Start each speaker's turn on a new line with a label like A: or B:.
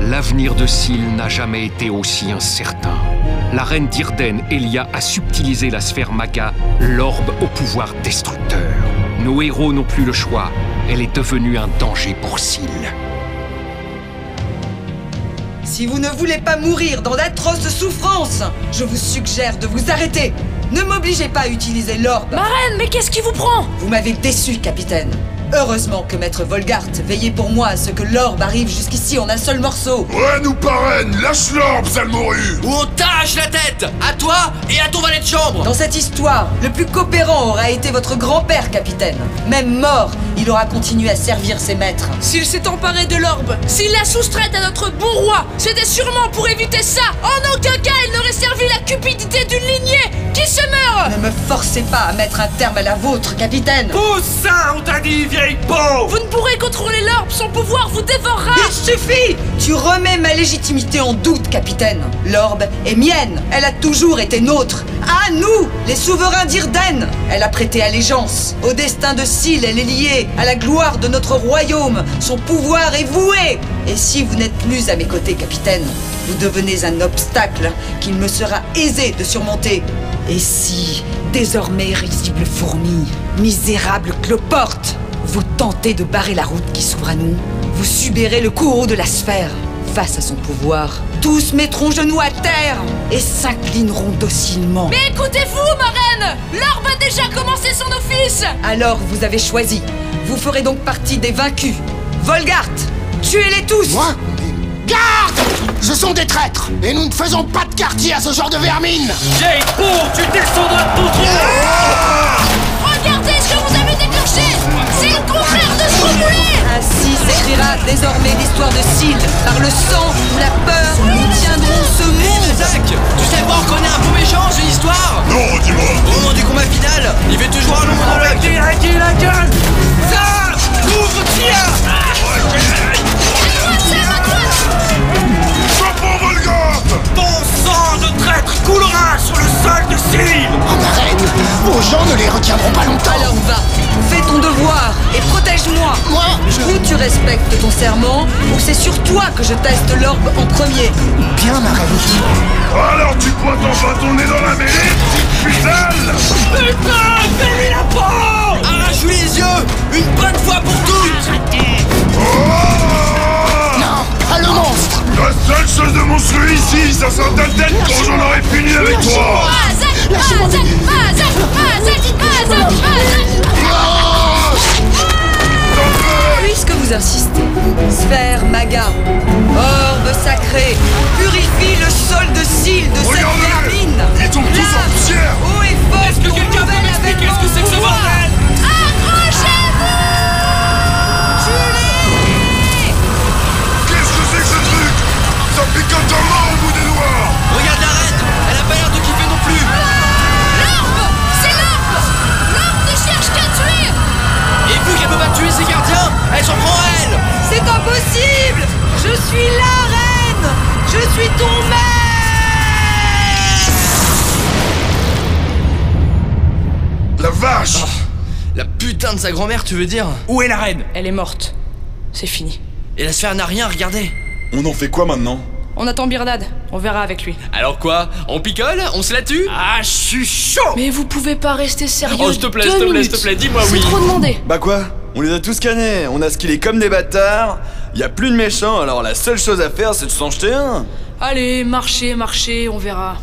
A: l'avenir de Syl n'a jamais été aussi incertain. La reine d'Irden, Elia, a subtilisé la sphère Maga, l'orbe au pouvoir destructeur. Nos héros n'ont plus le choix. Elle est devenue un danger pour Syl.
B: Si vous ne voulez pas mourir dans d'atroces souffrances, je vous suggère de vous arrêter. Ne m'obligez pas à utiliser l'orbe.
C: Ma reine, mais qu'est-ce qui vous prend
B: Vous m'avez déçu, capitaine. Heureusement que Maître Volgart veillait pour moi à ce que l'orbe arrive jusqu'ici en un seul morceau.
D: Ouais, nous parraine Lâche l'orbe, sale morue
E: Ou on t'arrache la tête À toi et à ton valet de chambre
B: Dans cette histoire, le plus coopérant aura été votre grand-père, capitaine. Même mort, il aura continué à servir ses maîtres.
C: S'il s'est emparé de l'orbe, s'il l'a soustraite à notre bon roi, c'était sûrement pour éviter ça En aucun cas, il n'aurait servi la cupidité d'une lignée qui se meurt
B: Ne me forcez pas à mettre un terme à la vôtre, capitaine
E: Pousse ça, on t'a dit, vieille peau
C: Vous ne pourrez contrôler l'orbe, son pouvoir vous dévorera
B: Il suffit Tu remets ma légitimité en doute, capitaine. L'orbe est mienne, elle a toujours été nôtre. À nous, les souverains d'Irden Elle a prêté allégeance. Au destin de Syl, elle est liée. À la gloire de notre royaume, son pouvoir est voué. Et si vous n'êtes plus à mes côtés, capitaine, vous devenez un obstacle qu'il me sera aisé de surmonter. Et si, désormais risible fourmi, misérable cloporte, vous tentez de barrer la route qui s'ouvre à nous, vous subirez le courroux de la sphère. Face à son pouvoir, tous mettront genoux à terre et s'inclineront docilement.
C: Mais écoutez-vous, ma reine L'orbe a déjà commencé son office
B: Alors vous avez choisi. Vous ferez donc partie des vaincus. Volgart, tuez-les tous
F: Moi Hein Garde Ce sont des traîtres Et nous ne faisons pas de quartier à ce genre de vermine
E: Vieille peau, tu descendras de ton trou
C: Regardez ce que vous avez déclenché C'est le contraire de ce qu'on voulait
B: Ainsi s'écrira désormais l'histoire de Syl. Par le sang ou la peur, nous tiendrons ce monde
E: Zach Tu sais pas qu'on est un peu méchant, une histoire
D: Non, dis-moi
E: Au moment du combat final, il fait toujours un long monologue
G: Arrêtez la gueule
E: Zach Ouvre, tire
D: Chapeau, Volgard
E: Ton sang de traître coulera sur le sol de Cyril
F: Oh ma reine Vos gens ne les retiendront pas longtemps
B: Alors va, fais ton devoir et protège-moi
F: Moi, je...
B: Ou tu respectes ton serment, ou c'est sur toi que je teste l'orbe en premier.
F: Bien ma reine
D: Alors tu crois ton bâton nez dans la mêlée Putain
E: Putain Fais-lui la peau Arrache-lui les yeux Une bonne fois pour toutes
D: Oh
F: Non Pas le monstre
D: La seule chose de monstrueux ici, ça sent ta tête quand j'en aurais fini avec toi
C: Ah, Zach Ah, Zach Ah, Zach Ah, Zach Ah, Zach Ah, Zach
B: Puisque vous insistez, sphère maga, orbe sacrée, purifie le sol de cils de cette
D: Regardez
B: vermine.
D: Ils tombent tous en
B: Lave,
D: poussière.
B: Haut et fort,
E: Est-ce que
B: ton
E: quelqu'un peut
B: nouvel
E: m'expliquer
B: avènement
E: ce que c'est que ce
B: pouvoir.
E: bordel
D: Qu'est-ce que c'est que ce truc Ça pique comme un mort au bout des doigts
E: Regarde la reine Elle a pas l'air de kiffer non plus
C: L'orbe C'est l'orbe L'orbe ne cherche qu'à tuer
E: Et vu qu'elle peut pas tuer ses gardiens, elle s'en prend à elle
B: C'est impossible Je suis la reine Je suis ton maître
D: La vache
H: Ah.
E: La putain de sa grand-mère, tu veux dire Où est la reine
I: Elle est morte. C'est fini.
E: Et la sphère n'a rien, regardez
H: On en fait quoi maintenant
I: On attend Birdad. On verra avec lui.
E: Alors quoi On picole On se la tue Ah, je suis chaud
I: Mais vous pouvez pas rester sérieux.
E: Oh, s'il te plaît,
I: deux
E: s'il te plaît,
I: minutes.
E: s'il te plaît, dis-moi oui.
I: C'est trop demandé.
H: Bah quoi On les a tous scannés, on a skillé comme des bâtards, y a plus de méchants, alors la seule chose à faire c'est de s'en jeter un
I: Allez, marchez, marchez, on verra.